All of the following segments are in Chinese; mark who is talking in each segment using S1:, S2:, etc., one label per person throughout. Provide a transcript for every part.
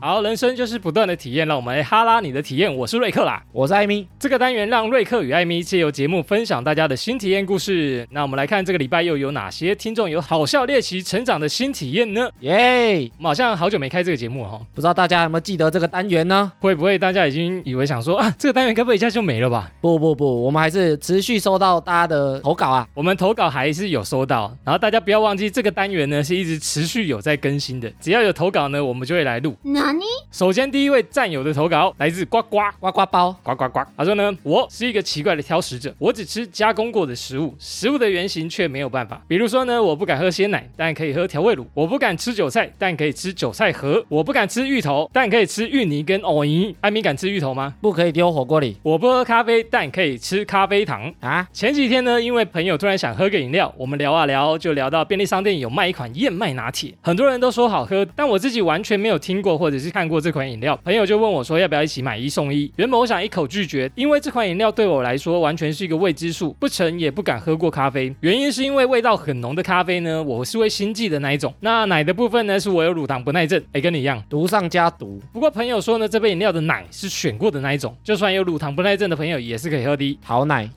S1: 好，人生就是不断的体验，让我们来哈拉你的体验。我是瑞克啦，
S2: 我是艾米，
S1: 这个单元让瑞克与艾米借由节目分享大家的新体验故事。那我们来看这个礼拜又有哪些听众有好笑、猎奇、成长的新体验呢？
S2: 耶！
S1: 我们好像好久没开这个节目了哈、
S2: 不知道大家有没有记得这个单元呢？
S1: 会不会大家已经以为想说啊，这个单元该不会一下就没了吧？
S2: 不不不，我们还是持续收到大家的投稿啊。
S1: 我们投稿还是有收到，然后大家不要忘记这个单元呢是一直持续有在更新的，只要有投稿呢，我们就会来录。
S3: 何
S1: 首先第一位战友的投稿来自呱呱，
S2: 呱呱包，
S1: 呱呱呱！他说呢，我是一个奇怪的挑食者，我只吃加工过的食物，食物的原型却没有办法。比如说呢，我不敢喝鲜奶，但可以喝调味乳；我不敢吃韭菜，但可以吃韭菜盒；我不敢吃芋头，但可以吃芋泥跟藕泥。艾米敢吃芋头吗？
S2: 不可以丢火锅里
S1: 我不喝咖啡，但可以吃咖啡糖。
S2: 啊！
S1: 前几天呢，因为朋友突然想喝个饮料，我们聊啊聊，就聊到便利商店有卖一款燕麦拿铁，很多人都说好喝，但我自己完全没有听过或者是看过这款饮料。朋友就问我说要不要一起买一送一，原本我想一口拒绝，因为这款饮料对我来说完全是一个未知数，不曾也不敢喝过咖啡。原因是因为味道很浓的咖啡呢，我是会心悸的那一种。那奶的部分呢，是我有乳糖不耐症，哎，跟你一样。
S2: 毒上加毒，
S1: 不过朋友说呢，这杯饮料的奶是选过的那一种，就算有乳糖不耐症的朋友也是可以喝的。
S2: 好奶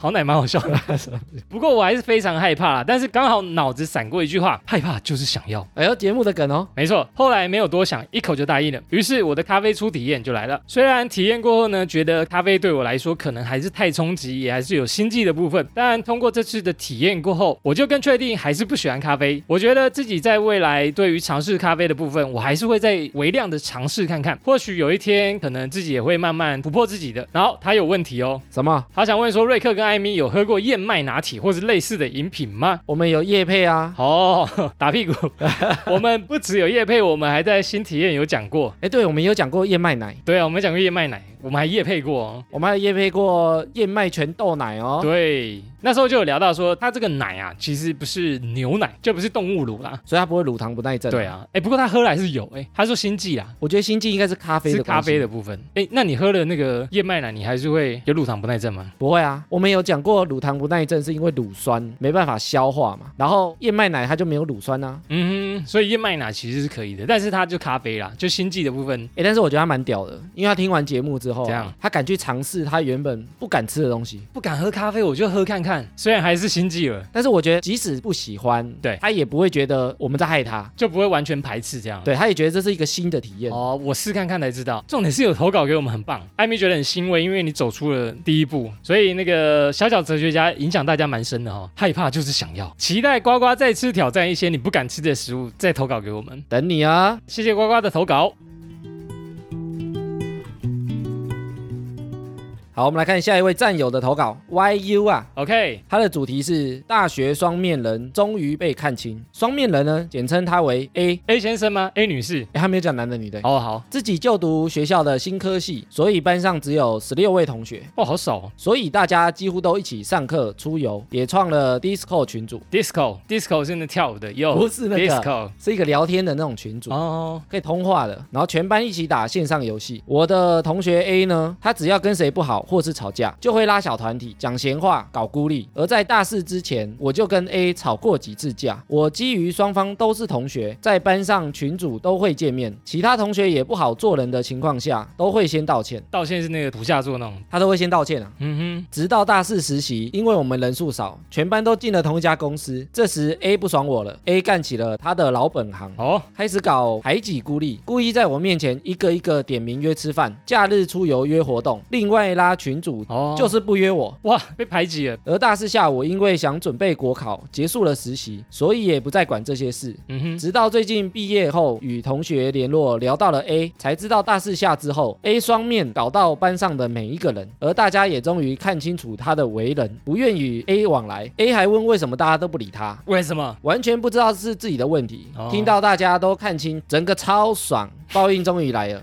S1: 好奶蛮好笑的，不过我还是非常害怕啦。但是刚好脑子闪过一句话：害怕就是想要。
S2: 哎呦，节目的梗哦，
S1: 没错，后来没有多想，一口就答应了。于是我的咖啡初体验就来了。虽然体验过后呢，觉得咖啡对我来说可能还是太冲击，也还是有心悸的部分。但通过这次的体验过后，我就更确定还是不喜欢咖啡。我觉得自己在未来对于尝试咖啡的部分，我还是会再微量的尝试看看。或许有一天，可能自己也会慢慢突破自己的。然后他有问题哦，
S2: 什么？
S1: 他想问说，瑞克跟艾米有喝过燕麦拿铁或是类似的饮品吗？
S2: 我们有叶配啊。
S1: 哦，打 屁股！我们不只有叶配，我们还在新体验有讲过。
S2: 哎，对，我们有讲过燕麦奶，
S1: 对啊，我们讲过燕麦奶，我们还叶配过、哦。
S2: 我们还有叶配过燕麦全豆奶哦。
S1: 对，那时候就有聊到说，它这个奶啊，其实不是牛奶，就不是动物乳啦。
S2: 所以它不会乳糖不耐症。
S1: 对，啊，哎，不过他喝了还是有，哎，他说心悸啦，
S2: 我觉得心悸应该是咖啡
S1: 是
S2: 的
S1: 咖
S2: 关系
S1: 啡的部分。哎，那你喝了那个燕麦奶，你还是会有乳糖不耐症吗？
S2: 不会啊，我们有讲过乳糖不耐症是因为乳酸没办法消化嘛，然后燕麦奶它就没有乳酸啊。
S1: 嗯哼，所以燕麦奶其实是可以的，但是它就咖啡啦，就心悸的部分。
S2: 哎，但是我觉得他蛮屌的，因为他听完节目之后
S1: 怎
S2: 啊
S1: 样，
S2: 他敢去尝试他原本不敢吃的东西。
S1: 不敢喝咖啡，我就喝看看，虽然还是心悸了。
S2: 但是我觉得即使不喜欢，
S1: 对
S2: 他也不会觉得我们在害他，
S1: 就不会完全排斥这样。
S2: 对，他也觉得这是一个新的体验。
S1: 哦，我试看看才知道。重点是有投稿给我们，很棒。艾米觉得很欣慰，因为你走出了第一步，所以那个小小哲学家影响大家蛮深的哦。害怕就是想要，期待呱呱再次挑战一些你不敢吃的食物，再投稿给我们。
S2: 等你啊，
S1: 谢谢呱呱的投稿。
S2: 好，我们来看下一位战友的投稿，YU 啊，
S1: OK，
S2: 它的主题是大学双面人终于被看清。双面人呢，简称他为 A，诶
S1: A 先生吗？A 女士。
S2: 他没有讲男的女的。
S1: 哦，好，
S2: 自己就读学校的新科系，所以班上只有十六位同学，
S1: 哦，好少、哦。
S2: 所以大家几乎都一起上课、出游，也创了 Disco 群组，
S1: Disco，Disco 是那啊跳舞的，有
S2: 不是那个
S1: Disco。
S2: 是一个聊天的那种群组。
S1: 哦，
S2: 可以通话的，然后全班一起打线上游戏。我的同学 A 呢，他只要跟谁不好或是吵架，就会拉小团体讲闲话、搞孤立。而在大四之前，我就跟 A 吵过几次架。我基于双方都是同学，在班上群组都会见面，其他同学也不好做人的情况下，都会先道歉，
S1: 道歉是那个土下座那种。
S2: 他都会先道歉啊。
S1: 嗯
S2: 直到大四实习，因为我们人数少，全班都进了同一家公司。这时 A 不爽我了，A 干起了他的老本行
S1: 哼，，哦，
S2: 开始搞排挤孤立，故意在我面前一个一个点名约吃饭、假日出游约活动，另外拉群主，
S1: 哦，
S2: 就是是不约我。
S1: 哇，被排挤了。
S2: 而大四下，我因为想准备国考，结束了实习，所以也不再管这些事。
S1: 嗯哼，
S2: 直到最近毕业后，与同学联络，聊到了 A，才知道大四下之后，A 双面搞到班上的每一个人，而大家也终于看清楚他的为人，不愿与 A 往来。A 还问为什么大家都不理他，
S1: 为什么？
S2: 完全不知道是自己的问题。
S1: 哦
S2: 听到大家都看清，整个超爽，报应终于来 了。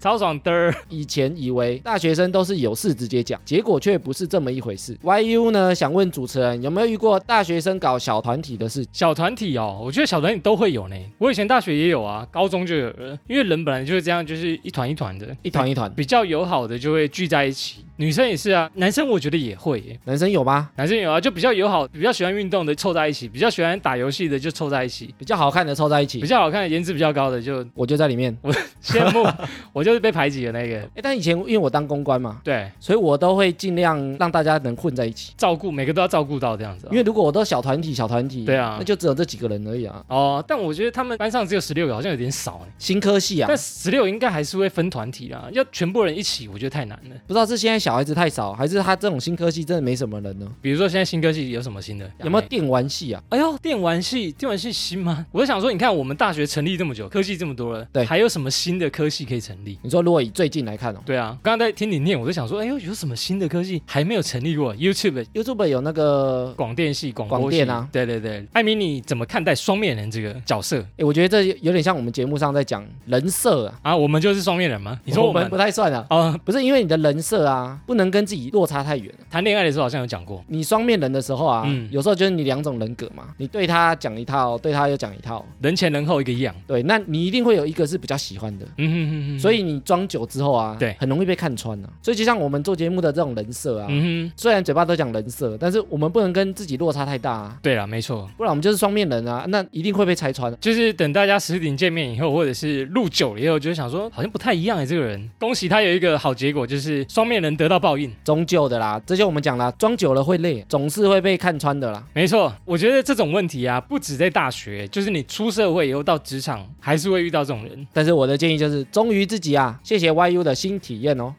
S1: 超爽的儿。
S2: 以前以为大学生都是有事直接讲，结果却不是这么一回事。YU 呢，想问主持人有没有遇过大学生搞小团体的事？
S1: 小团体哦，我觉得小团体都会有呢。我以前大学也有啊，高中就有了，因为人本来就是这样，就是一团一团的，
S2: 一团一团，
S1: 比较友好的就会聚在一起，女生也是啊，男生我觉得也会耶。
S2: 男生有吗？
S1: 男生有啊，就比较友好，比较喜欢运动的凑在一起，比较喜欢打游戏的就凑在一起，
S2: 比较好看的凑在一
S1: 比
S2: 起，
S1: 较好看的、颜值比较高的就
S2: 我就在里面。
S1: 羡慕。我就是被排挤的那个，
S2: 哎，但以前因为我当公关嘛，
S1: 对，
S2: 所以我都会尽量让大家能混在一起。
S1: 照顾每个都要照顾到这样子啊、
S2: 因为如果我都小团体小团体，
S1: 对啊
S2: 那就只有这几个人而已啊。
S1: 哦，但我觉得他们班上只有十六个，好像有点少哎。
S2: 新科系啊
S1: 但，十六应该还是会分团体啦，要全部人一起，我觉得太难了。
S2: 不知道是现在小孩子太少，还是他这种新科系真的没什么人呢？
S1: 比如说现在新科技有什么新的？
S2: 有没有？电玩系啊？
S1: 哎呦，电玩系，电玩系新吗？我就想说，你看我们大学成立这么久，科技这么多了，
S2: 对
S1: 还有什么新的科系可以成立？
S2: 你说如果以最近来看哦
S1: 对啊，刚刚在听你念，我就想说，哎呦，有什么新的科技还没有成立过？YouTube
S2: ，YouTube 有那个，
S1: 广电系、广播系
S2: 广电啊，
S1: 对对对。艾米，你怎么看待双面人这个角色
S2: 哎，我觉得这有点像我们节目上在讲人设啊。
S1: 啊？我们就是双面人吗？你说我们
S2: 不太算啊，
S1: 哦，
S2: 不是因为你的人设啊，不能跟自己落差太远。啊
S1: 谈恋爱的时候好像有讲过，
S2: 你双面人的时候啊，
S1: 嗯
S2: 有时候就是你两种人格嘛，你对他讲一套，对他又讲一套，
S1: 人前人后一个样。
S2: 对，那你一定会有一个是比较喜欢的。
S1: 嗯哼哼哼，
S2: 所
S1: 以
S2: 以你装久之后啊，
S1: 对
S2: 很容易被看穿啊。所以就像我们做节目的这种人设啊，
S1: 嗯哼，
S2: 虽然嘴巴都讲人设，但是我们不能跟自己落差太大啊，
S1: 对了，没错。
S2: 不然我们就是双面人啊，那一定会被拆穿啊。
S1: 就是等大家实体见面以后，或者是录久了以后，就会想说好像不太一样哎，这个人。恭喜他有一个好结果，就是双面人得到报应。
S2: 终究的啦，这就我们讲啦，装久了会累，总是会被看穿的啦。
S1: 没错，我觉得这种问题啊，不止在大学，就是你出社会以后到职场，还是会遇到这种人。
S2: 但是我的建议就是，忠于自己啊，谢谢 YU 的新体验哦。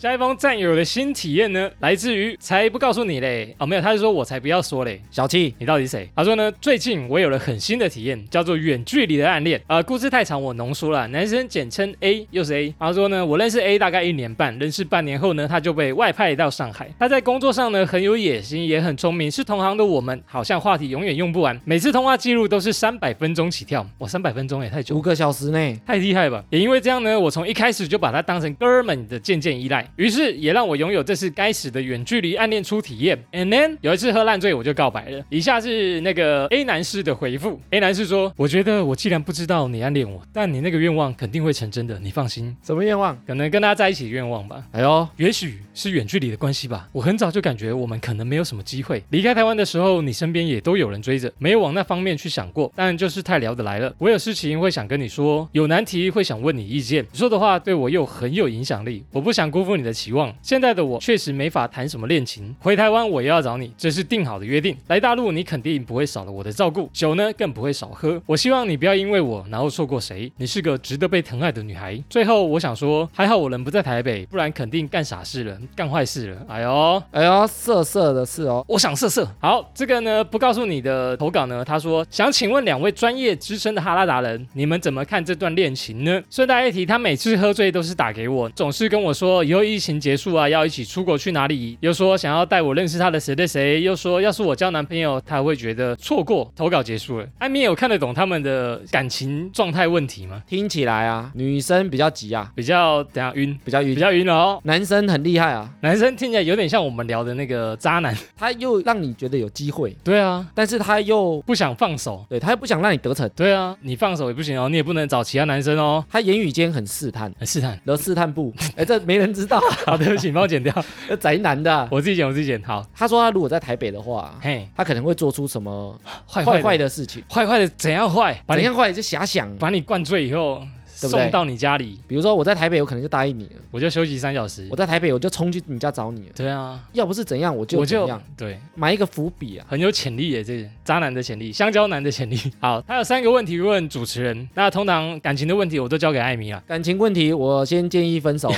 S1: 下一封战友的新体验呢，来自于才不告诉你嘞，哦没有，他是说我才不要说嘞，
S2: 小气，
S1: 你到底是谁？他说呢，最近我有了很新的体验，叫做远距离的暗恋。呃，故事太长，我浓缩了。男生简称 A，又是 A。他说呢，我认识 A 大概一年半，认识半年后呢，他就被外派到上海。他在工作上呢很有野心，也很聪明，是同行的我们，好像话题永远用不完，每次通话记录都是三百分钟起跳。哇，三百分钟也太久了
S2: 五个小时内，
S1: 太厉害吧！也因为这样呢，我从一开始就把它当成哥们的渐渐依赖，于是也让我拥有这次该死的远距离暗恋初体验。And then 有一次喝烂醉，我就告白了。以下是那个 A 男士的回复：A 男士说：“我觉得我既然不知道你暗恋我，但你那个愿望肯定会成真的，你放心。
S2: 什么愿望？
S1: 可能跟他在一起的愿望吧。”
S2: 哎呦，
S1: 也许是远距离的关系吧，我很早就感觉我们可能没有什么机会。离开台湾的时候，你身边也都有人追着，没有往那方面去想过，但就是太聊得来了。我有事情会想跟你说，有难题会想问你意见，你说的话对我又很有影响力。我不想辜负你的期望。现在的我确实没法谈什么恋情，回台湾我也要找你，这是定好的约定。来大陆你肯定不会少了我的照顾，酒呢更不会少喝。我希望你不要因为我然后错过谁，你是个值得被疼爱的女孩。最后我想说，还好我人不在台北，不然肯定干傻事了，干坏事了。哎呦，
S2: 哎呦，色色的事哦。
S1: 我想色色。好，这个呢不告诉你的投稿呢，他说想请问两位专业资深的哈拉达人，你们怎么看这段恋情呢？顺带一提，他每次喝醉都是打给我，总是跟我说以后疫情结束啊，要一起出国去哪里，又说想要带我认识他的谁谁谁，又说要是我交男朋友，他会觉得错过。投稿结束了，艾米有看得懂他们的感情状态问题吗？
S2: 听起来啊，女生比较急啊，
S1: 比较等下晕，
S2: 比较
S1: 比
S2: 晕。
S1: 较晕了哦。
S2: 男生很厉害啊，
S1: 男生听起来有点像我们聊的那个渣男。
S2: 他又让你觉得有机会，
S1: 对啊，
S2: 但是他又
S1: 不想放手。
S2: 对他又不想让你得逞，
S1: 对啊，你放手也不行哦，你也不能找其他男生哦。
S2: 他言语间很试探，
S1: 很试 探，
S2: 然后试探 不，哎，这没人知道，
S1: 好，对不起，帮我剪掉，
S2: 这宅男的啊。
S1: 我自己剪，我自己剪。好，
S2: 他说他如果在台北的话，
S1: 嘿，
S2: 他可能会做出什么
S1: 坏
S2: 坏坏
S1: 的，
S2: 的事情，
S1: 坏坏的，怎样坏？把
S2: 怎
S1: 你
S2: 样坏就遐想。
S1: 把你灌醉以后，
S2: 对不对
S1: 送到你家里，
S2: 比如说我在台北，我可能就答应你了，
S1: 我就休息三小时
S2: 我。在台北我就冲去你家找你了，
S1: 对啊，
S2: 要不是怎样我就
S1: 我
S2: 怎
S1: 就
S2: 样，
S1: 对，
S2: 埋一个伏笔啊。
S1: 很有潜力耶，这渣男的潜力，香蕉男的 潜力。好，他有三个问题问主持人，那通常感情的问题我都交给艾米了。
S2: 感情问题，我先建议分 手，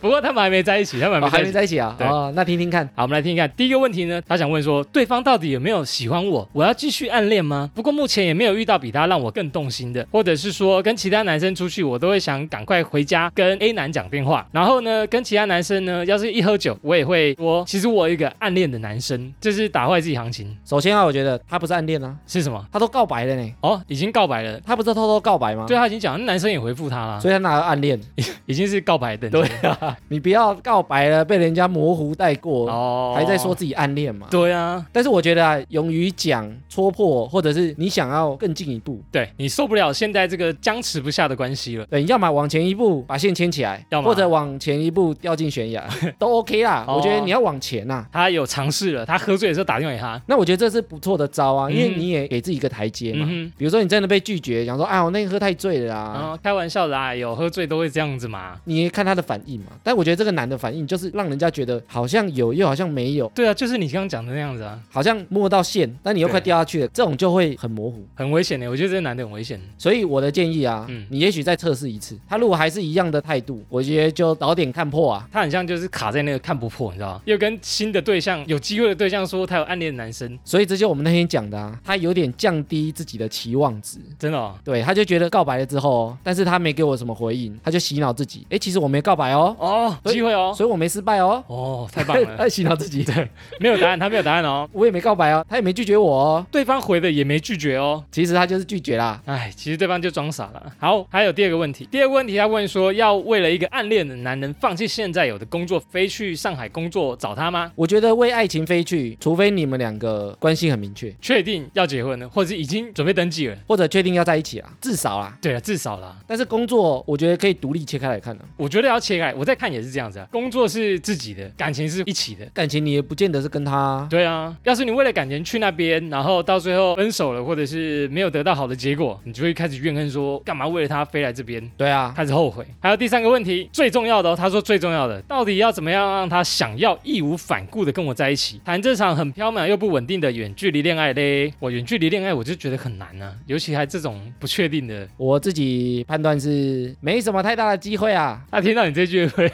S1: 不过他们还没在一起，他们还没
S2: 哦
S1: 在一
S2: 还没
S1: 起。
S2: 在一起啊？
S1: 对
S2: 哦，那听听看，
S1: 好，我们来听一看第一个问题呢，他想问说，对方到底有没有喜欢我？我要继续暗恋吗？不过目前也没有遇到比他让我更动心的，或者是说跟其他男生出去，我都会想赶快回家跟 A 男讲电话。然后呢，跟其他男生呢，要是一喝酒，我也会说，其实我有一个暗恋的男生，这是打坏自己行情
S2: 首先啊，我觉得他不是暗恋啊，
S1: 是什么？
S2: 他都告白了呢，
S1: 哦，已经告白了。
S2: 他不是偷偷告白吗？
S1: 对，他已经讲，那男生也回复他啦，
S2: 所啊以他哪有暗恋？
S1: 已经是告白等级了。
S2: 你不要告白了，被人家模糊带过，
S1: 哦
S2: 还在说。自己暗恋嘛？
S1: 对啊，
S2: 但是我觉得啊，勇于讲戳破，或者是你想要更进一步，
S1: 对你受不了现在这个僵持不下的关系了。
S2: 对，你要么往前一步把线牵起来，
S1: 要么
S2: 或者往前一步掉进 悬崖，都 OK 啦。
S1: 哦
S2: 我觉得你要往前呐、
S1: 他有尝试了，他喝醉的时候打电话给他，
S2: 那我觉得这是不错的招啊，
S1: 嗯
S2: 因为
S1: 哼
S2: 你也给自己一个台阶嘛。
S1: 嗯哦
S2: 比如说你真的被拒绝，想说啊，我那天喝太醉了
S1: 哼，
S2: 啊，
S1: 然后开玩笑啦、有喝醉都会这样子嘛。
S2: 你也看他的反应嘛。但我觉得这个男的反应就是让人家觉得好像有又好像没有，
S1: 对啊，就是你刚刚讲的那样子啊，
S2: 好像摸到线，但你又快
S1: 对
S2: 掉下去了，这种就会很模糊。
S1: 很危险的。我觉得这个男的很危险。
S2: 所以我的建议啊，
S1: 嗯
S2: 你也许再测试一次，他如果还是一样的态度，我觉得就早点看破啊。
S1: 他很像就是卡在那个看不破，你知道吗？又跟新的对象、有机会的对象说他有暗恋的男生，
S2: 所以这就我们那天讲的啊，他有点降低自己的期望值。
S1: 真的、哦。
S2: 对，他就觉得告白了之后，哦但是他没给我什么回应，他就洗脑自己，哎，其实我没告白哦，
S1: 哦，
S2: 所以
S1: 机会哦，
S2: 所以我没失败哦，
S1: 哦，太棒了，
S2: 他洗脑自己，对，
S1: 没有答案，他没有答案哦，
S2: 我也没告白哦，他也没拒绝我哦，
S1: 对方回的也没拒绝哦，
S2: 其实他就是拒绝啦。
S1: 哎，其实对方就装傻了。好，还有第二个问题，第二个问题他问说，要为了一个暗恋的男人放弃现在有的工作，飞去上海工作找他吗？
S2: 我觉得为爱情飞去，除非你们两个关系很明确，
S1: 确定要结婚了，或者是已经准备登记了？
S2: 或者确定要在一起啦，至少啦。
S1: 对啊，至少啦，
S2: 但是工作，我觉得可以独立切开来看的、啊
S1: 我觉得要切开。我在看也是这样子啊，工作是自己的，感情是一起的。
S2: 感情你也不见得是跟他，
S1: 对啊，要是你为了感情去那边，然后到最后分嗯手了，或者是没有得到好的结果，你就会开始怨恨说，干嘛为了他飞来这边？
S2: 对啊，
S1: 开始后悔。还有第三个问题，最重要的哦，他说最重要的，到底要怎么样让他想要义无反顾的跟我在一起？谈这场很飘渺又不稳定的远距离恋爱嘞，我远距离恋爱我就觉得很难啊，尤其还这种不确定的。
S2: 我自己判断是没什么太大的机会啊，
S1: 他听到你这句会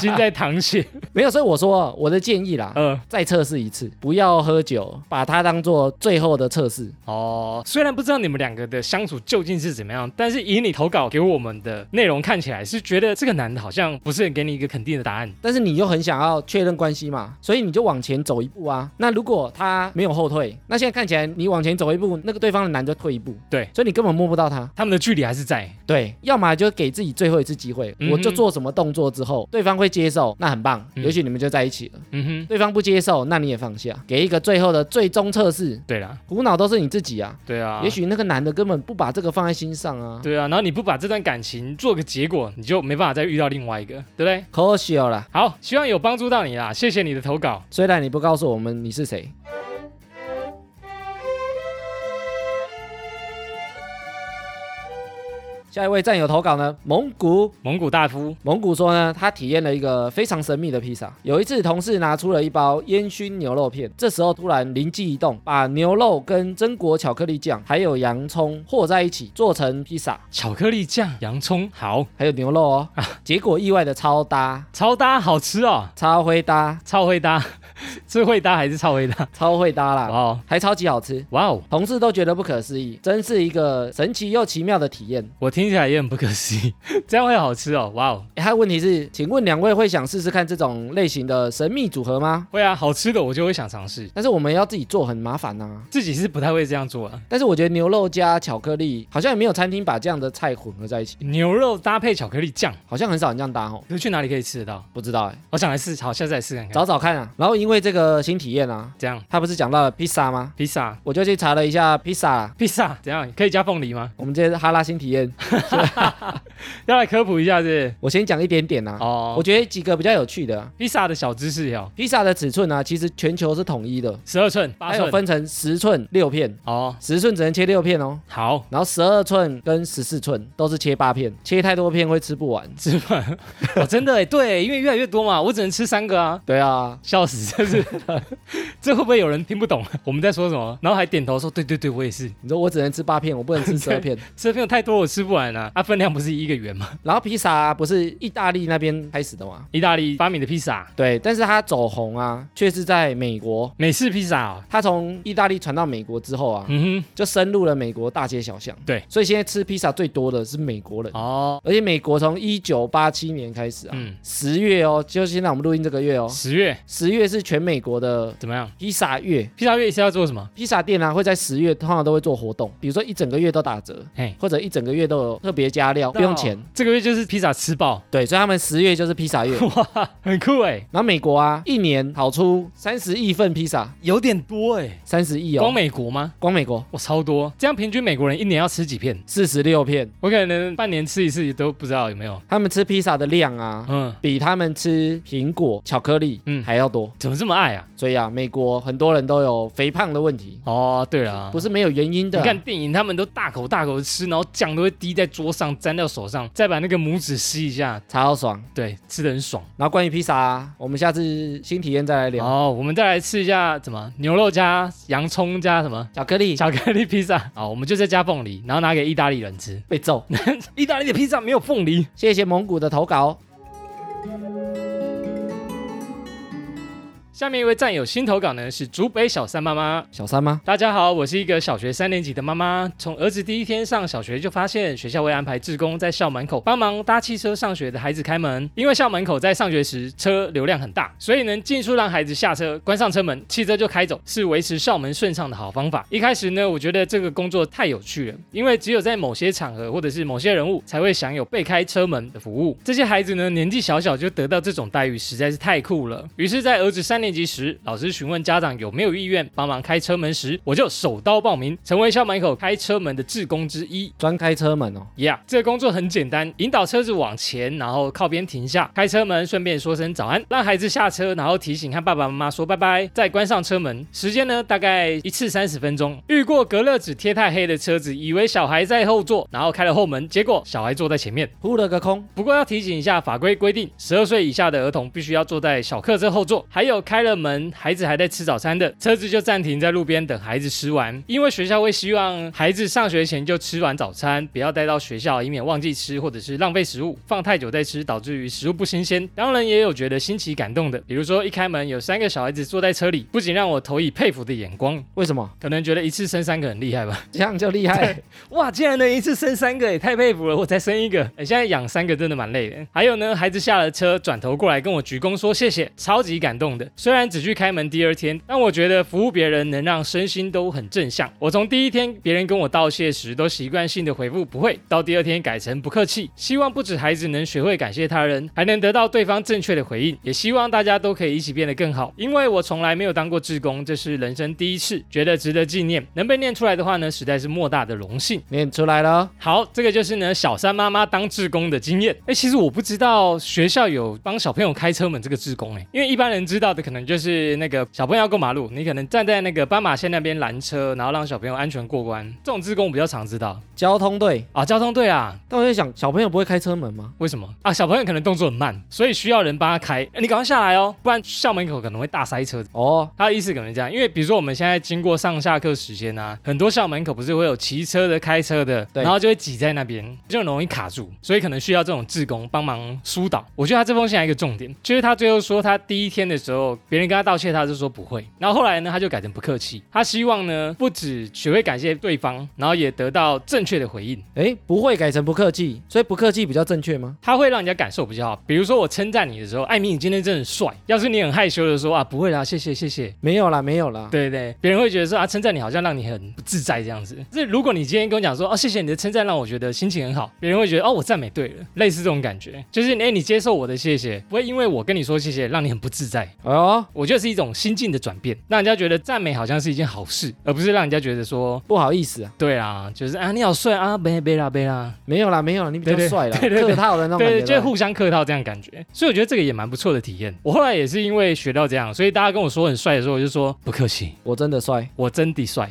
S1: 心在淌 血，
S2: 没有，所以我说我的建议啦，
S1: 嗯，
S2: 再测试一次，不要喝酒，把它当做最后的测试。
S1: 哦，虽然不知道你们两个的相处究竟是怎么样，但是以你投稿给我们的内容看起来，是觉得这个男的好像不是很给你一个肯定的答案，
S2: 但是你又很想要确认关系嘛，所以你就往前走一步啊。那如果他没有后退，那现在看起来你往前走一步，那个对方的男就退一步，
S1: 对
S2: 所以你根本摸不到他。
S1: 他们的距离还是在。
S2: 对，要么就给自己最后一次机会，
S1: 嗯哼
S2: 我就做什么动作之后，对方会接受，那很棒，
S1: 嗯
S2: 也许你们就在一起了。
S1: 嗯哼，
S2: 对方不接受，那你也放下，给一个最后的最终测试。
S1: 对啦，
S2: 苦恼都是你自己啊，
S1: 对啊，
S2: 也许那个男的根本不把这个放在心上啊，
S1: 对啊，然后你不把这段感情做个结果，你就没办法再遇到另外一个，对不对？
S2: 可惜了啦。
S1: 好，希望有帮助到你啦，谢谢你的投稿。
S2: 虽然你不告诉我们你是谁，下一位战友投稿呢，蒙古。
S1: 蒙古大夫，
S2: 蒙古说呢，他体验了一个非常神秘的披萨。有一次，同事拿出了一包烟熏牛肉片，这时候突然灵机一动，把牛肉跟榛果巧克力酱还有洋葱和在一起，做成披萨，
S1: 巧克力酱、洋葱，好，
S2: 还有牛肉哦。结果意外的超搭，
S1: 超搭，好吃哦，
S2: 超会搭，
S1: 超会搭， 是会搭还是超会搭？
S2: 超会搭
S1: 哇
S2: 啦，
S1: 哦，
S2: 还超级好吃。
S1: 哇哦，
S2: 同事都觉得不可思议，真是一个神奇又奇妙的体验。
S1: 我听起来也很不可思议， 这样会好吃哦，哇哦，
S2: 诶他的问题是，请问两位会想试试看这种类型的神秘组合吗？
S1: 会啊，好吃的我就会想尝试，
S2: 但是我们要自己做很麻烦呐、啊
S1: 自己是不太会这样做啊。
S2: 但是我觉得牛肉加巧克力，好像也没有餐厅把这样的菜混合在一起，
S1: 牛肉搭配巧克力酱，
S2: 好像很少人这样搭吼。
S1: 可是去哪里可以吃得到？
S2: 不知道哎、
S1: 我想来试，好，下次来试看看。
S2: 找找看啊。然后因为这个新体验啊，
S1: 这样，
S2: 他不是讲到了披萨吗？
S1: 披萨，
S2: 我就去查了一下披萨啦。
S1: 披萨怎样？可以加凤梨吗？
S2: 我们这是哈拉新体验，
S1: 要来科普一下是不是
S2: 我先讲一点点啊。
S1: 哦
S2: 我，觉得几个比较有趣的啊、
S1: 披萨的小知识有
S2: 披萨的尺寸呢、啊其实全球是统一的，
S1: 十二寸、八
S2: 还有
S1: 寸。
S2: 分成十寸、六片。
S1: 哦，
S2: 十寸只能切六片哦，
S1: 好，
S2: 然后十二寸跟十四寸都是切八片，切太多片会吃不完。
S1: 吃饭、哦，真的哎， 对，因为越来越多嘛，我只能吃三个啊。
S2: 对啊，
S1: 笑死，这是 这会不会有人听不懂我们在说什么？然后还点头说对对对，我也是，
S2: 你说我只能吃八片，我不能吃十二片。
S1: 这朋友太多我吃不完啊。啊，分量不是一个圆吗？
S2: 然后披萨、啊、不是意大利那边开始的吗？
S1: 意大利发明的披萨，
S2: 对，但是它走红啊，却是在美国。
S1: 美式披萨、哦，
S2: 它从意大利传到美国之后啊，
S1: 嗯哼，
S2: 就深入了美国大街小巷。
S1: 对，
S2: 所以现在吃披萨最多的是美国人，
S1: 哦，
S2: 而且美国从一九八七年开始啊，
S1: 嗯，
S2: 十月哦，就现在我们录音这个月哦，
S1: 十月
S2: 十月是全美国的
S1: 怎么样？
S2: 披萨月，
S1: 披萨月一次要做什么？
S2: 披萨店啊会在十月通常都会做活动，比如说一整个月都打折，
S1: 嘿，
S2: 或者一整个月都有特别加
S1: 哦
S2: 料，不用钱。，
S1: 这个月就是披萨吃爆，
S2: 对，所以他们十月就是披萨 月。
S1: 哇，很酷哎，
S2: 然后美国啊，一年跑出三十亿份披萨，
S1: 有点多哎，
S2: 三十亿哦，
S1: 光美国吗？
S2: 光美国
S1: 哇，超多！这样平均美国人一年要吃几片？
S2: 四十六片，
S1: 我可能半年吃一次都不知道有没有。
S2: 他们吃披萨的量啊，
S1: 嗯，
S2: 比他们吃苹果、巧克力
S1: 嗯
S2: 还要多。
S1: 怎么这么爱啊？
S2: 所以啊，美国很多人都有肥胖的问题，
S1: 哦，对了，
S2: 不是没有原因的
S1: 你
S2: 啊。
S1: 看电影，他们都大口大口的吃，然后酱都会滴在桌上，沾到手上，再把那个拇指吸一下，
S2: 超爽。
S1: 对，吃的很爽。
S2: 然后关于披萨、啊，我们下次新体验再来聊。
S1: 好，我们再来吃一下怎么牛肉加洋葱加什 么
S2: 巧克力
S1: 巧克力披萨。好，我们就再加凤梨，然后拿给意大利人吃。
S2: 被揍，
S1: 意大利的披萨没有凤梨。
S2: 谢谢蒙古的投稿。
S1: 下面一位战友新投稿呢是竹北小三妈妈。
S2: 小三吗？
S1: 大家好，我是一个小学三年级的妈妈。从儿子第一天上小学就发现，学校会安排志工在校门口帮忙搭汽车上学的孩子开门，因为校门口在上学时车流量很大，所以能尽速让孩子下车，关上车门，汽车就开走，是维持校门顺畅的好方法。一开始呢，我觉得这个工作太有趣了，因为只有在某些场合或者是某些人物才会享有被开车门的服务。这些孩子呢，年纪小小就得到这种待遇，实在是太酷了。于是，在儿子三年级时，老师询问家长有没有意愿帮忙开车门时，我就手刀报名，成为校门口开车门的志工之一。
S2: 专开车门哦。
S1: Yeah，这个工作很简单，引导车子往前，然后靠边停下，开车门，顺便说声早安，让孩子下车，然后提醒和爸爸妈妈说拜拜，再关上车门。时间呢，大概一次三十分钟。遇过隔热纸贴太黑的车子，以为小孩在后座，然后开了后门，结果小孩坐在前面。
S2: 扑了个空，
S1: 不过要提醒一下，法规规定，十二岁以下的儿童必须要坐在小客车后座。还有开了门，孩子还在吃早餐的，车子就暂停在路边等孩子吃完，因为学校会希望孩子上学前就吃完早餐，不要带到学校，以免忘记吃或者是浪费食物，放太久再吃导致于食物不新鲜。当然也有觉得新奇感动的，比如说一开门有三个小孩子坐在车里，不仅让我投以佩服的眼光，
S2: 为什么？
S1: 可能觉得一次生三个很厉害吧。
S2: 这样就厉害。
S1: 哇，竟然能一次生三个，也太佩服了！我才生一个，哎，现在养三个真的蛮累的。还有呢，孩子下了车，转头过来跟我鞠躬说谢谢，超级感动的。虽然只去开门第二天，但我觉得服务别人能让身心都很正向。我从第一天别人跟我道谢时都习惯性的回复不会，到第二天改成不客气。希望不止孩子能学会感谢他人，还能得到对方正确的回应，也希望大家都可以一起变得更好。因为我从来没有当过志工，这是人生第一次，觉得值得纪念。能被念出来的话呢，实在是莫大的荣幸。
S2: 念出来了，
S1: 好，这个就是呢小三妈妈当志工的经验。哎，其实我不知道学校有帮小朋友开车门这个志工哎，因为一般人知道的可能就是那个小朋友要过马路，你可能站在那个斑马线那边拦车，然后让小朋友安全过关。这种志工我比较常知道
S2: 交通队。
S1: 啊。交通队啊，
S2: 但我在想，小朋友不会开车门吗？
S1: 为什么啊？小朋友可能动作很慢，所以需要人帮他开。哎你赶快下来哦，不然校门口可能会大塞车。
S2: 哦，
S1: 他的意思可能这样，因为比如说我们现在经过上下课时间啊，很多校门口不是会有骑车的、开车的，
S2: 对
S1: 然后就会挤在那边，就很容易卡住，所以可能需要这种志工帮忙疏导。我觉得他这封信还有一个重点，就是他最后说他第一天的时候，别人跟他道谢，他就说不会，然后后来呢，他就改成不客气。他希望呢，不止学会感谢对方，然后也得到正确的回应。
S2: 诶，不会改成不客气，所以不客气比较正确吗？
S1: 他会让人家感受比较好，比如说我称赞你的时候，艾米，你今天真的很帅。要是你很害羞的说啊，不会啦，谢谢谢谢，
S2: 没有啦，没有啦。
S1: 对对，别人会觉得说啊，称赞你好像让你很不自在这样子。就是如果你今天跟我讲说哦，谢谢你的称赞，让我觉得心情很好，别人会觉得哦，我赞美对了，类似这种感觉，就是哎，你接受我的谢谢，不会因为我跟你说谢谢让你很不自在。
S2: 哦，
S1: 我觉得是一种心境的转变，让人家觉得赞美好像是一件好事，而不是让人家觉得说，
S2: 不好意思啊，
S1: 对啦，就是啊你好帅啊，贝贝啦贝啦，
S2: 没有啦，没有啦，你比较
S1: 对对
S2: 帅啦，
S1: 对对对
S2: 客套的那种感
S1: 对，
S2: 觉。
S1: 就是互相客套这样感觉。所以我觉得这个也蛮不错的体验。我后来也是因为学到这样，所以大家跟我说很帅的时候，我就说不客气，
S2: 我真的帅，
S1: 我真的 帅，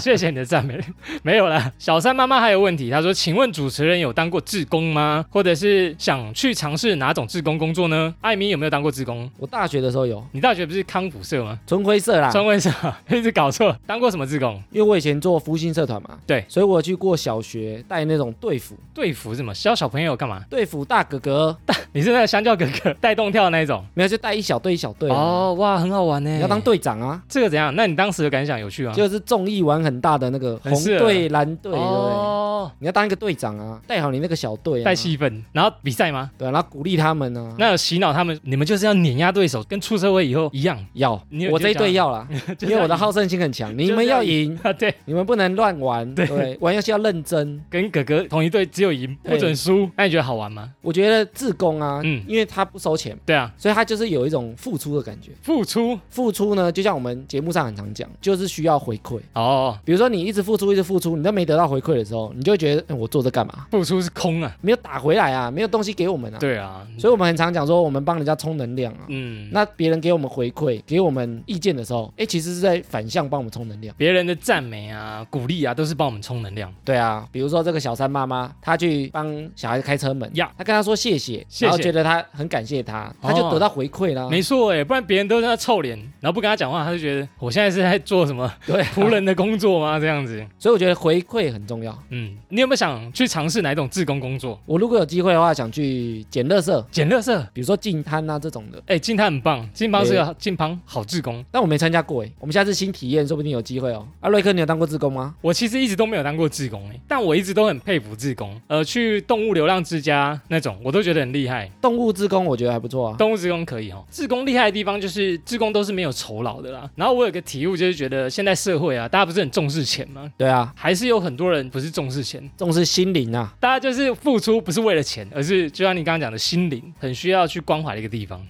S1: 谢谢你的赞美。 没有啦，小三妈妈还有问题，她说：“请问主持人有当过志工吗？或者是想去尝试哪种志工工作呢？”艾米有没有当过志工？
S2: 我大学的时候有
S1: 你大学不是康复社吗？
S2: 纯灰色啦，
S1: 专问社一直搞错，当过什么志工？
S2: 因为我以前做福星社团嘛，
S1: 对
S2: 所以我有去过小学带那种队服，
S1: 队服是什么？教小朋友干嘛？
S2: 队服大哥哥，
S1: 你是那个香蕉哥哥带动跳那一种？
S2: 没有就带一小队一小队啊，
S1: 哦，哇，很好玩呢。
S2: 你要当队长啊，
S1: 这个怎样？那你当时的感想有趣吗？
S2: 就是综艺玩很大的那个红
S1: 啊很适合
S2: 队蓝队，对不对？
S1: 哦，哦，
S2: 你要当一个队长啊，带好你那个小队、啊，
S1: 带气氛，然后比赛吗？
S2: 对啊、然后鼓励他们啊。
S1: 那有洗脑他们，你们就是要碾压对手，跟出社会以后一样，
S2: 要
S1: 你有
S2: 我这
S1: 你有
S2: 一
S1: 讲啊
S2: 队要啦，
S1: 就
S2: 因
S1: 是
S2: 为我的
S1: 要
S2: 好胜心很强，
S1: 就
S2: 你
S1: 是
S2: 们
S1: 要
S2: 要赢，
S1: 啊，对，
S2: 你们不能乱玩，
S1: 对
S2: 对，玩游戏要认真。
S1: 跟哥哥同一队，只有赢不
S2: 对
S1: 准输，那你觉得好玩吗？
S2: 我觉得自工啊，
S1: 嗯
S2: 因为他不收钱，
S1: 对啊，
S2: 所以他就是有一种付出的感觉。
S1: 付出
S2: 付出呢，就像我们节目上很常讲，就是需要回馈。
S1: 哦，
S2: 比如说你一直付出，一直付出，你都没得到回馈的时候，你就会觉得、嗯我做这干嘛？
S1: 付出是空啊，
S2: 没有打回来啊，没有东西给我们啊。
S1: 对啊，
S2: 所以我们很常讲说，我们帮人家充能量啊。
S1: 嗯，那
S2: 那别人给我们回馈、给我们意见的时候，哎，其实是在反向帮我们充能量。
S1: 别人的赞美啊、鼓励啊，都是帮我们充能量，
S2: 对啊，比如说这个小三妈妈，她去帮小孩开车门
S1: 呀
S2: 她跟他说谢谢，
S1: 谢谢
S2: 然后觉得他很感谢他，他就
S1: 哦
S2: 得到回馈啦。
S1: 没错哎，不然别人都在那臭脸，然后不跟他讲话，他就觉得我现在是在做什 么
S2: 对啊、
S1: 仆人的工作吗？这样子，
S2: 所以我觉得回馈很重要。
S1: 嗯，你有没有想去尝试哪一种志工工作？
S2: 我如果有机会的话，想去捡垃圾，
S1: 捡垃圾，
S2: 比如说进摊啊这种的，
S1: 哎，金汤很棒，金汤是个金汤好志工。
S2: 但我没参加过哎，我们下次新体验，说不定有机会哦。啊，瑞克，你有当过志工吗？
S1: 我其实一直都没有当过志工、欸，但我一直都很佩服志工。呃，去动物流浪之家那种，我都觉得很厉害。
S2: 动物志工我觉得还不错啊。
S1: 动物志工可以哦，志工厉害的地方就是志工都是没有酬劳的啦。然后我有个体悟，就是觉得现在社会啊，大家不是很重视钱吗？
S2: 对啊，
S1: 还是有很多人不是重视钱，
S2: 重视心灵啊。
S1: 大家就是付出不是为了钱，而是就像你刚刚讲的心灵，很需要去关怀的一个地方。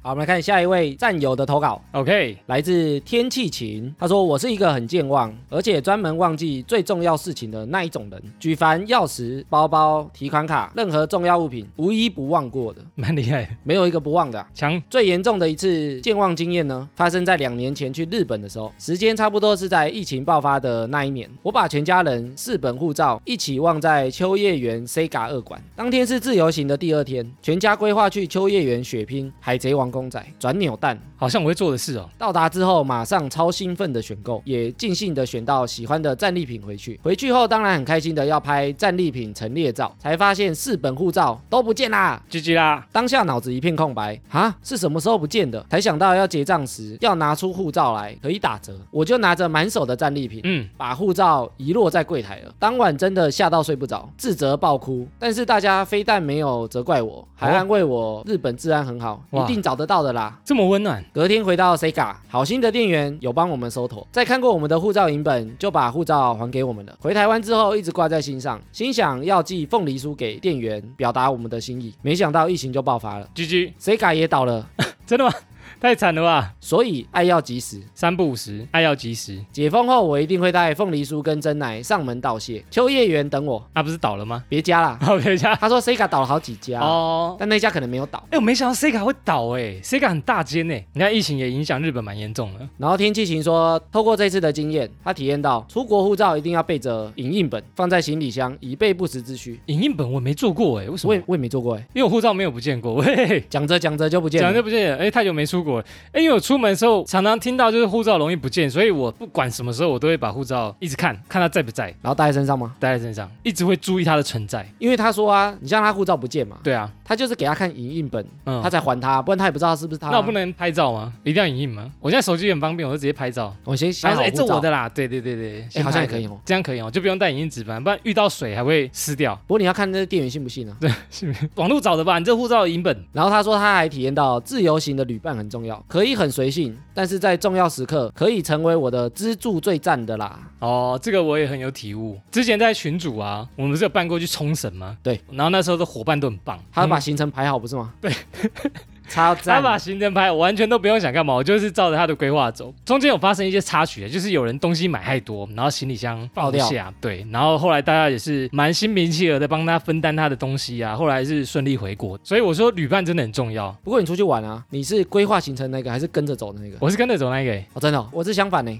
S2: 好，我们来看下一位战友的投稿。
S1: OK，
S2: 来自天气晴，他说：“我是一个很健忘，而且专门忘记最重要事情的那一种人。举凡钥匙、包包、提款卡，任何重要物品，无一不忘过的，
S1: 蛮厉害的，
S2: 没有一个不忘的啊、
S1: 强
S2: 最严重的一次健忘经验呢，发生在两年前去日本的时候，时间差不多是在疫情爆发的那一年。我把全家人四本护照一起忘在秋叶原 Sega 二馆。当天是自由行的第二天，全家规划去秋叶原血拼《海贼王》公仔、转扭蛋、
S1: 好像我会做的事哦。
S2: 到达之后，马上超兴奋的选购，也尽兴的选到喜欢的战利品回去。回去后，当然很开心的要拍战利品陈列照，才发现四本护照都不见啦。
S1: GG 啦，
S2: 当下脑子一片空白啊，是什么时候不见的？才想到要结账时要拿出护照来，可以打折。我就拿着满手的战利品，
S1: 嗯，
S2: 把护照遗落在柜台了。当晚真的吓到睡不着，自责爆哭。但是大家非但没有责怪我，还
S1: 哦
S2: 安慰我日本治安很好，一
S1: 哇
S2: 定找得到的啦。
S1: 这么温暖，
S2: 隔天回到 Sega，好心的店员有帮我们收妥，在看过我们的护照影本，就把护照还给我们了。回台湾之后，一直挂在心上，心想要寄凤梨酥给店员，表达我们的心意。没想到疫情就爆发了
S1: GG，
S2: ，Sega 也倒了，
S1: 真的吗？ 太惨了吧！
S2: 所以爱要及时。
S1: 三不五时，爱要及时。
S2: 解封后，我一定会带凤梨酥跟真奶上门道谢。秋叶原等我，
S1: 啊，不是倒了吗？
S2: 别加啦。
S1: 好，等一下。
S2: 他说 Sega 倒了好几家，
S1: 哦，
S2: 但那家可能没有倒。
S1: 哎、我没想到 Sega 会倒哎、s e g a 很大间哎、你看疫情也影响日本蛮严重的。
S2: 然后天气晴说，透过这次的经验，他体验到出国护照一定要备着影印本，放在行李箱，以备不时之需。
S1: 影印本我没做过哎、为什么？
S2: 我也
S1: 因
S2: 我也没做过哎，
S1: 为我护照没有不见过，喂，
S2: 讲着讲着就不见
S1: 讲
S2: 了
S1: 就。不见了，哎、太久没出国了，哎、因为我出门的时候常常听到就是护照容易不见，所以我不管什么时候我都会把护照一直看，看它在不在，
S2: 然后带在身上吗？
S1: 带在身上，一直会注意它的存在。
S2: 因为他说啊，你像他护照不见嘛，
S1: 对啊，
S2: 他就是给他看影印本，
S1: 嗯
S2: 他，才还他，不然他也不知道是不是他。
S1: 那我不能拍照吗？一定要影印吗？我现在手机很方便，我就直接拍照。
S2: 我先
S1: 他
S2: 想
S1: 说：“
S2: 好
S1: 哎、
S2: 护
S1: 这我
S2: 照。
S1: 的啦，对对对对，先
S2: 好
S1: 拍
S2: 像也
S1: 的
S2: 可以哦
S1: 这样可以哦，就不用带影印纸板，不然遇到水还会湿掉。
S2: 不过你要看那个店员信不信啊。
S1: 网络找的吧，你这护照的影本
S2: 然后他说他还体验到自由行的旅伴很重要，可以很随性，但是在重要时刻可以成为我的支柱最赞的啦。
S1: 哦，这个我也很有体悟。之前在群组啊，我们不是有办过去冲绳吗？
S2: 对，
S1: 然后那时候的伙伴都很棒，
S2: 他把
S1: 嗯
S2: 行程排好不是吗？对，
S1: 他
S2: 超赞。
S1: 把行程拍，我完全都不用想干嘛，我就是照着他的规划走。中间有发生一些插曲，欸就是有人东西买太多，然后行李箱放不
S2: 爆
S1: 下，对，然后后来大家也是蛮心平气和的帮他分担他的东西啊，后来是顺利回国。所以我说旅伴真的很重要，
S2: 不过你出去玩啊，你是规划行程那个还是跟着走的那个？
S1: 我是跟着走那个欸、
S2: 哦，真的哦、我是相反呢，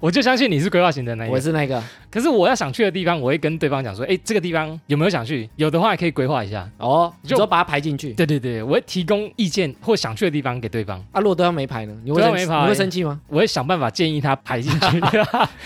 S1: 我就相信你是规划行程那一
S2: 我
S1: 个。
S2: 是那个。
S1: 可是我要想去的地方，我会跟对方讲说，哎，这个地方有没有想去？有的话也可以规划一下。
S2: 哦，
S1: 你
S2: 你
S1: 就
S2: 就把它排进去。
S1: 对对对，我会提供意见或想去的地方给对方，
S2: 啊，如果对方没排呢？你会
S1: 对
S2: 生
S1: 方没
S2: 气
S1: 排
S2: 你会生气吗？
S1: 我会想办法建议他排进去，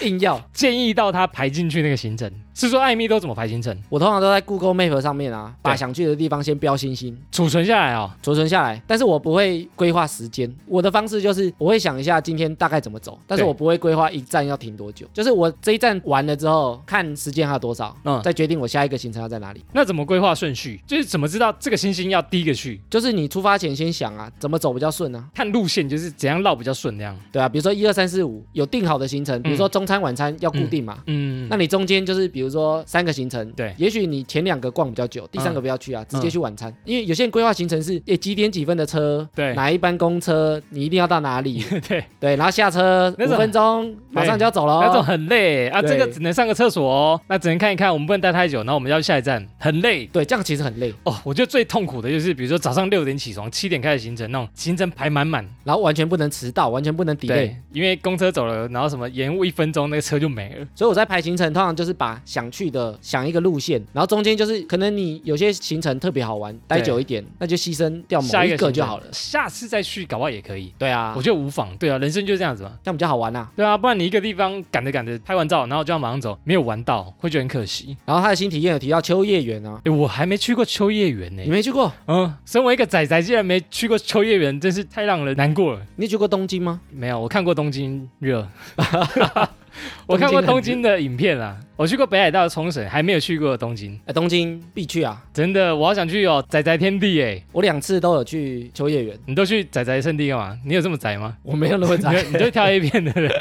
S2: 硬要
S1: 建议到他排进去那个行程。是说艾米都怎么排行程？
S2: 我通常都在 Google Map 上面啊，把
S1: 对
S2: 想去的地方先标星星，
S1: 储存下来哦。
S2: 储存下来。但是我不会规划时间，我的方式就是我会想一下今天大概怎么走，但是
S1: 对
S2: 我不会规划一站要停多久，就是我这一站完了之后，看时间还有多少，
S1: 嗯
S2: 再决定我下一个行程要在哪里。
S1: 那怎么规划顺序？就是怎么知道这个星星要第一个去？
S2: 就是你出发前先想啊，怎么走比较顺啊？
S1: 看路线就是怎样绕比较顺那样。
S2: 对啊，比如说一二三四五有定好的行程，比如说中餐晚餐要固定嘛，
S1: 嗯，
S2: 那你中间就是比如说三个行程，
S1: 对嗯
S2: 也许你前两个逛比较久，第三个不要去啊，直接去晚餐，因为有些人规划行程是，诶几点几分的车，
S1: 对
S2: 哪一班公车，你一定要到哪 里，
S1: 对，
S2: 对，然后下车
S1: 那
S2: 五
S1: 种
S2: 分钟，马上就要走了、
S1: 那种
S2: 哦。
S1: 很累啊，
S2: 对
S1: 这个只能上个厕所哦，那只能看一看，我们不能待太久，然后我们要去下一站，很累。
S2: 对，这样其实很累，
S1: 哦，我觉得最痛苦的就是，比如说早上六点起床，七点开始行程，那种行程排满满，
S2: 然后完全不能迟到，完全不能 delay。，
S1: 因为公车走了，然后什么延误一分钟，那个车就没了。
S2: 所以我在排行程，通常就是把想去的想一个路线，然后中间就是可能你有些行程特别好玩，待久一点，那就牺牲掉某
S1: 下
S2: 一个
S1: 行程
S2: 就好了。
S1: 下次再去搞不好也可以。
S2: 对啊
S1: 我，觉得无妨，对啊，人生就是这样子嘛，
S2: 这样比较好玩啊。
S1: 对啊，不然你一个地方赶着赶着拍完照，然后就要马上走，没有玩到，会觉得很可惜。
S2: 然后他的新体验有提到秋叶原啊，
S1: 哎，我还没去过秋叶原呢、
S2: 你没去过？
S1: 嗯，身为一个仔仔，竟然没去过秋叶原，真是太让人难过了。
S2: 你去过东京吗？
S1: 没有，我看过东京 热，我看过东京的影片啦。我去过北海道的冲绳，还没有去过东京，
S2: 哎，东京必去啊！
S1: 真的，我好想去哦，仔仔天地哎！
S2: 我两次都有去秋叶原，
S1: 你都去仔仔圣地干嘛？你有这么宅吗？
S2: 我没有那么宅
S1: 你就你就挑 A 片的 人，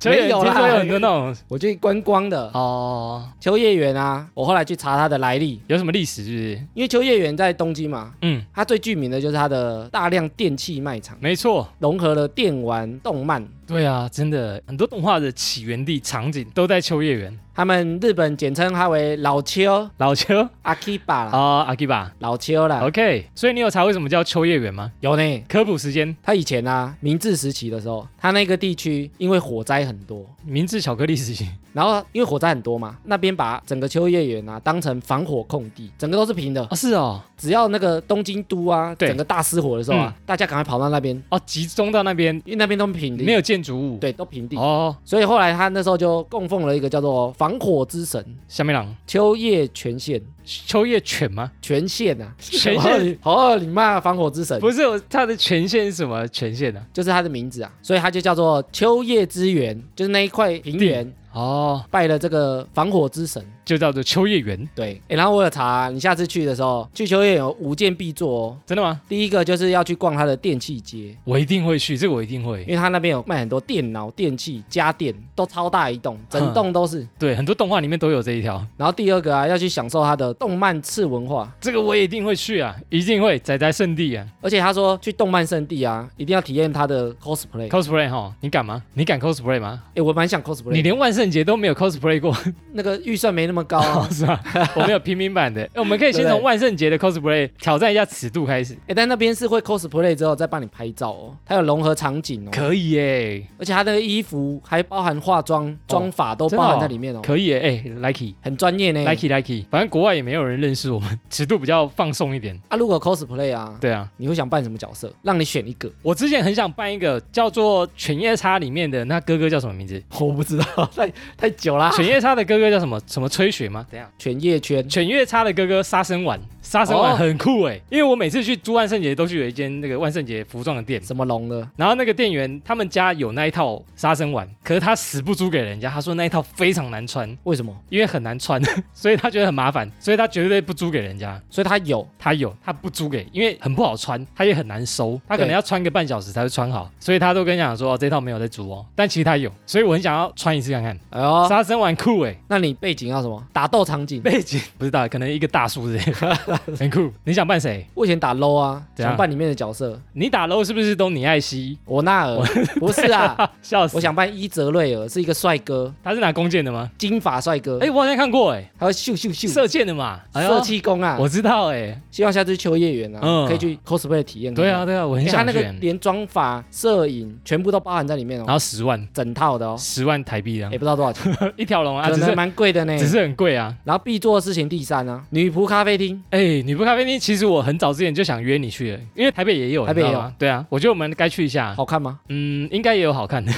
S1: 秋叶原
S2: 没有啦
S1: 听说有很多那种
S2: 我去观光的
S1: 哦，
S2: 秋叶原啊。我后来去查它的来历，
S1: 有什么历史是不是？
S2: 因为秋叶原在东京嘛，
S1: 嗯，
S2: 它最著名的就是它的大量电器卖场，
S1: 没错，
S2: 融合了电玩、动漫。
S1: 对啊，真的，很多动画的起源地场景都在秋叶原。
S2: 他们日本简称它为老秋
S1: 老秋
S2: 阿 k i b a 啦，
S1: 啊，阿基巴
S2: 老秋啦，
S1: ，OK，所以你有查为什么叫秋叶原吗？
S2: 有呢。
S1: 科普时间，
S2: 它以前啊，明治时期的时候，它那个地区因为火灾很多，
S1: 明治巧克力时期，
S2: 然后因为火灾很多嘛，那边把整个秋叶原啊当成防火空地，整个都是平的，
S1: 哦，是哦，
S2: 只要那个东京都啊，
S1: 对嗯
S2: 整个大失火的时候啊，大家赶快跑到那边，
S1: 哦，集中到那边
S2: 因为那边都平地，
S1: 没有建筑物，，
S2: 对，都平地。
S1: 哦，
S2: 所以后来他那时候就供奉了一个叫做防火之神
S1: 下面朗
S2: 秋叶全县
S1: 秋叶犬吗？
S2: 全县啊，
S1: 全
S2: 好恶
S1: 线
S2: 你好恶你骂防火之神，
S1: 不是，我它的权限是什么权限呢、
S2: 就是他的名字啊，所以他就叫做秋叶之源，就是那一块平原
S1: 哦，
S2: 拜了这个防火之神。
S1: 就叫做秋叶原，
S2: 对，诶然后我有查、你下次去的时候，去秋叶原有五件必做哦。
S1: 真的吗？
S2: 第一个就是要去逛它的电器街，
S1: 我一定会去，这个我一定会
S2: 因。为它那边有卖很多电脑、电器、家电，都超大一栋，整栋都是。
S1: 对，很多动画里面都有这一条，
S2: 然后第二个啊，要去享受它的动漫次文化，
S1: 这个我也一定会去啊，一定会，仔仔圣地啊
S2: 而且他说去动漫圣地啊，一定要体验它的 cosplay。
S1: ，cosplay 哈，你敢吗？你敢 cosplay 吗？
S2: 哎，我蛮想
S1: 你
S2: cosplay，
S1: 连万圣节都没有 cosplay 过，
S2: 那个预算没那么高、
S1: 哦
S2: 啊，
S1: 是吧？我没有平民 版的，我们可以先
S2: 对不
S1: 从
S2: 对
S1: 万圣节的 cosplay 挑战一下尺度开始，
S2: 哎，但那边是会 cosplay 之后再帮你拍照哦，它有融合场景哦，
S1: 可以耶，
S2: 而且它那个衣服还包含化妆、妆法都
S1: 真的
S2: 包含
S1: 哦
S2: 在里面哦，
S1: 可以耶，哎，Lucky。
S2: 很专业呢。
S1: Nike Nike，反正国外也没有人认识我们， 尺度比较放松一点。
S2: 啊，如果 cosplay 啊，
S1: 对啊，
S2: 你会想扮什么角色？让你选一个，
S1: 我之前很想办一个叫做《犬夜叉》里面的那哥哥叫什么名字？
S2: 我不知道，太太久啦。
S1: 犬夜叉的哥哥叫什么？什么吹雪啊吗？怎样？
S2: 犬夜圈，
S1: 犬夜叉的哥哥杀生丸，杀生丸
S2: 哦
S1: 很酷哎、因为我每次去租万圣节都去有一间那个万圣节服装的店。
S2: 什么龙呢？
S1: 然后那个店员他们家有那一套杀生丸，可是他死不租给人家，他说那一套非常难穿，
S2: 为什么？
S1: 因为很难穿， 所以他觉得很麻烦，所以他绝对不租给人家。
S2: 所以它有，
S1: 他有，他不租给，因为很不好穿，他也很难收，他可能
S2: 对
S1: 要穿个半小时才会穿好，所以他都跟你讲说、哦这套没有在租哦，但其实他有，所以我很想要穿一次看看。
S2: 哎呦，
S1: 杀生丸酷哎，
S2: 那你背景要什么？打斗场景。
S1: 背景不知道，可能一个大叔之类的， 很酷。你想扮谁？
S2: 我以前打 low 啊，
S1: 怎样
S2: 想扮里面的角色，
S1: 你打 low 是不是都你爱惜？
S2: 我纳尔 不是 啊，
S1: 啊，笑死！
S2: 我想扮伊泽瑞尔，是一个帅哥，
S1: 他是拿弓箭的吗？
S2: 金发帅哥，
S1: 哎、我好像看过哎，
S2: 还有咻呃咻咻
S1: 射箭的嘛，哎呦
S2: 射气功啊。
S1: 我知道哎，
S2: 希望下次去秋叶原啊
S1: 嗯，
S2: 可以去 cosplay 体验。
S1: 对啊，对啊，我很
S2: 因为嗯哎他
S1: 想
S2: 那
S1: 去
S2: 个
S1: 欸。
S2: 连妆法、摄影全部都包含在里面
S1: 然
S2: 哦，
S1: 后十万，
S2: 整套的哦，
S1: 十万台币这
S2: 也
S1: 样，
S2: 不知道多少钱，
S1: 一条嗯龙啊，
S2: 可
S1: 只
S2: 能
S1: 是
S2: 蛮贵的呢。
S1: 只是很贵啊。
S2: 然后必做的事情第三啊，女仆咖啡厅，
S1: 哎、女仆咖啡厅，其实我很早之前就想约你去了，因为台北也有，你知
S2: 台北也
S1: 道
S2: 有
S1: 吗对啊，我觉得我们该去一下。嗯
S2: 好看吗？
S1: 嗯，应该也有好看的，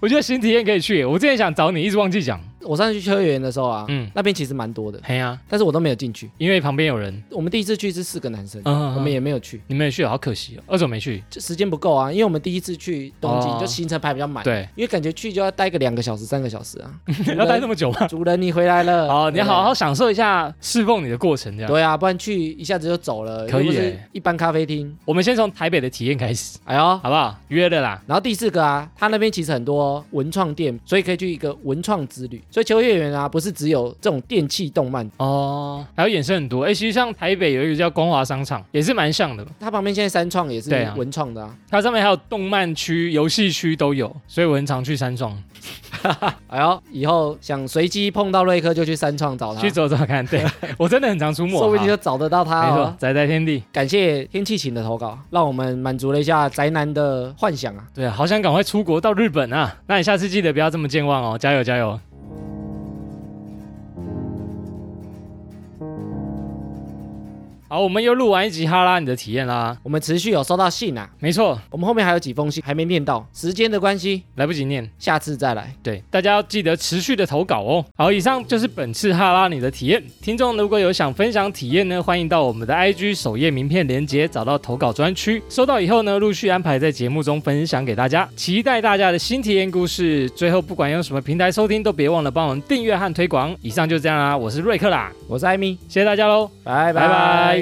S1: 我觉得新体验可以去。我之前想找你，一直忘记讲。
S2: 我上次去秋叶原的时候啊，
S1: 嗯，
S2: 那边其实蛮多的，
S1: 嘿呀，
S2: 但是我都没有进去。
S1: 因为旁边有人，
S2: 我们第一次去是四个男生，
S1: 嗯，
S2: 我们也没有去，
S1: 你们也去，好可惜哦，二手没去，
S2: 就时间不够啊，因为我们第一次去东京
S1: 哦
S2: 就行程排比较满，
S1: 对，
S2: 因为感觉去就要待个两个小时、三个小时啊。
S1: 要待那么久吗？
S2: 主人，你回来 了，
S1: 好，哦你
S2: 哦对不对
S1: 好好享受一下侍奉你的过程，这样。
S2: 对啊，不然去一下子就走了，
S1: 可以
S2: 又不是
S1: 欸
S2: 一般咖啡厅。
S1: 我们先从台北的体验开始，
S2: 哎呦，
S1: 好不好？约了啦，
S2: 然后第四个啊，它那边其实很多文创店，所以可以去一个文创之旅。所以秋叶原啊，不是只有这种电器动漫，
S1: 哦，还有衍生很多。哎、其实像台北有一个叫光华商场，也是蛮像的。
S2: 它旁边现在三创也是
S1: 对啊
S2: 文创的啊。
S1: 它上面还有动漫区、游戏区都有，所以我很常去三创
S2: 哎呦，以后想随机碰到瑞克就去三创找他，
S1: 去走走看。 对我真的很常出没，
S2: 说不定就
S1: 哈
S2: 找得到他、
S1: 没错
S2: 哦。，
S1: 宅在天地。
S2: 感谢天气晴的投稿，让我们满足了一下宅男的幻想啊。
S1: 对，好想赶快出国到日本啊！那你下次记得不要这么健忘哦，加油加油！好，我们又录完一集哈拉你的体验啦。
S2: 我们持续有收到信啊，
S1: 没错，
S2: 我们后面还有几封信还没念到，时间的关系，
S1: 来不及念。
S2: 下次再来。
S1: 对，大家要记得持续的投稿哦。好，以上就是本次哈拉你的体验。听众如果有想分享体验呢，欢迎到我们的 IG 首页名片连接找到投稿专区，收到以后呢，陆续安排在节目中分享给大家。期待大家的新体验故事。最后，不管用什么平台收听，都别忘了帮我们订阅和推广。以上就这样啦，我是瑞克啦，
S2: 我是艾米，
S1: 谢谢大家喽。
S2: 拜
S1: 拜拜